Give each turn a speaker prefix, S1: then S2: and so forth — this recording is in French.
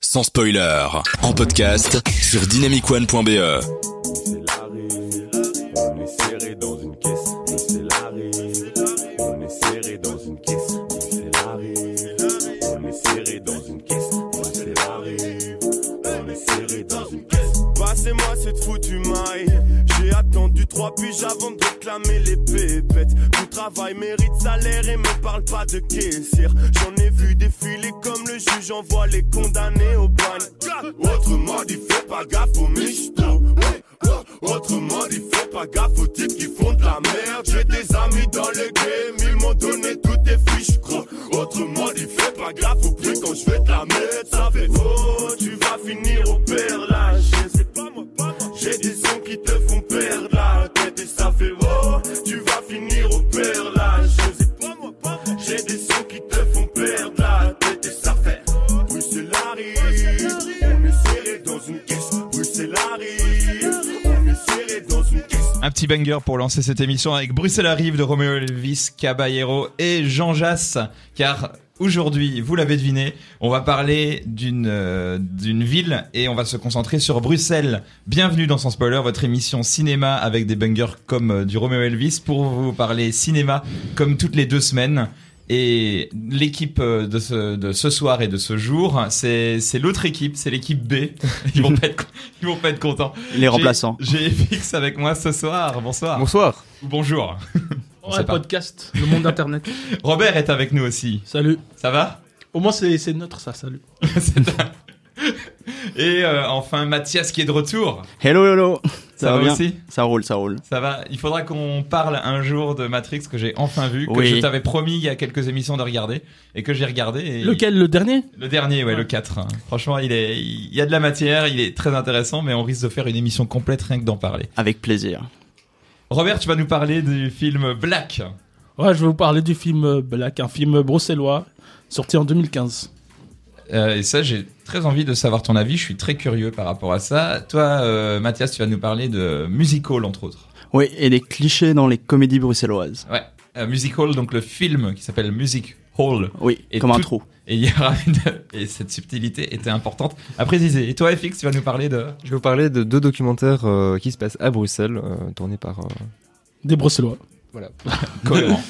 S1: sans spoiler, en podcast sur dynamicone.be.
S2: c'est l'arrivée. On est serré dans une caisse, mais c'est l'arrivée. On est serré dans une caisse, mais c'est l'arrivée. On est serré dans une caisse, mais c'est l'arrivée. On est serré dans une caisse.
S3: Passez-moi cette foutue maille. J'ai attendu trois piges avant de réclamer les pépettes. Tout travail mérite salaire et me parle pas de caissière. J'en ai vu défiler comme le juge envoie les condamnés au bagne. Autrement dit, fais pas gaffe aux michetots. Ouais, ouais. Autrement dit, fais pas gaffe aux types qui font de la merde. J'ai des amis dans le game, ils m'ont donné toutes tes fiches, gros. Autrement dit, fais pas gaffe au prix quand je vais te la mettre. Ça fait oh, tu vas finir au père là. C'est pas moi, pas moi. J'ai des sons qui te font perdre la tête et ça fait oh, tu vas finir au père là. C'est pas moi, pas moi. J'ai des sons qui te font perdre la tête et ça fait Bruxelles arrive, on est serré dans une caisse. Bruxelles arrive, on est serré dans une caisse.
S4: Un petit banger pour lancer cette émission avec Bruxelles arrive de Romeo Elvis Caballero et Jean Jass, car aujourd'hui, vous l'avez deviné, on va parler d'une euh, d'une ville et on va se concentrer sur Bruxelles. Bienvenue dans Sans Spoiler, votre émission cinéma avec des bangers comme euh, du Romeo Elvis pour vous parler cinéma comme toutes les deux semaines. Et l'équipe euh, de ce, de ce soir et de ce jour, c'est c'est l'autre équipe, c'est l'équipe B. Ils vont pas être, ils vont pas être contents.
S5: Les remplaçants.
S4: J'ai j'ai FX avec moi ce soir. Bonsoir.
S5: Bonsoir.
S4: Ou Bonjour. On
S6: Ouais,
S4: sait pas.
S6: podcast, le monde internet.
S4: Robert est avec nous aussi.
S6: Salut.
S4: Ça va
S6: Au moins, c'est c'est neutre, ça, salut.
S4: C'est un- Et euh, enfin Mathias qui est de retour.
S5: Hello, hello.
S4: Ça, va,
S5: bien
S4: aussi
S5: Ça roule, ça roule.
S4: Ça va. Il faudra qu'on parle un jour de Matrix que j'ai enfin vu, que
S5: Oui.
S4: je t'avais promis il y a quelques émissions de regarder et que j'ai regardé. et-
S6: Lequel, le dernier
S4: Le dernier, ouais, le 4. Franchement, il, est, il y a de la matière, il est très intéressant, mais on risque de faire une émission complète rien que d'en parler.
S5: Avec plaisir.
S4: Robert, tu vas nous parler du film Black.
S6: Ouais, je vais vous parler du film euh, Black, un film bruxellois sorti en 2015.
S4: Euh, et ça, j'ai très envie de savoir ton avis. Je suis très curieux par rapport à ça. Toi, euh, Mathias, tu vas nous parler de Musical, entre autres.
S5: Oui, et des clichés dans les comédies bruxelloises.
S4: Ouais. Euh, Musical, donc le film qui s'appelle Music Hall.
S5: Oui,
S4: Et
S5: comme
S4: tout-
S5: un trou.
S4: Et, il y aura une- et cette subtilité était importante à préciser. Et toi, FX, tu vas nous parler de.
S7: Je vais vous parler de deux documentaires euh, qui se passent à Bruxelles, euh, tournés par. euh,
S6: Des bruxellois.
S4: Cohérent.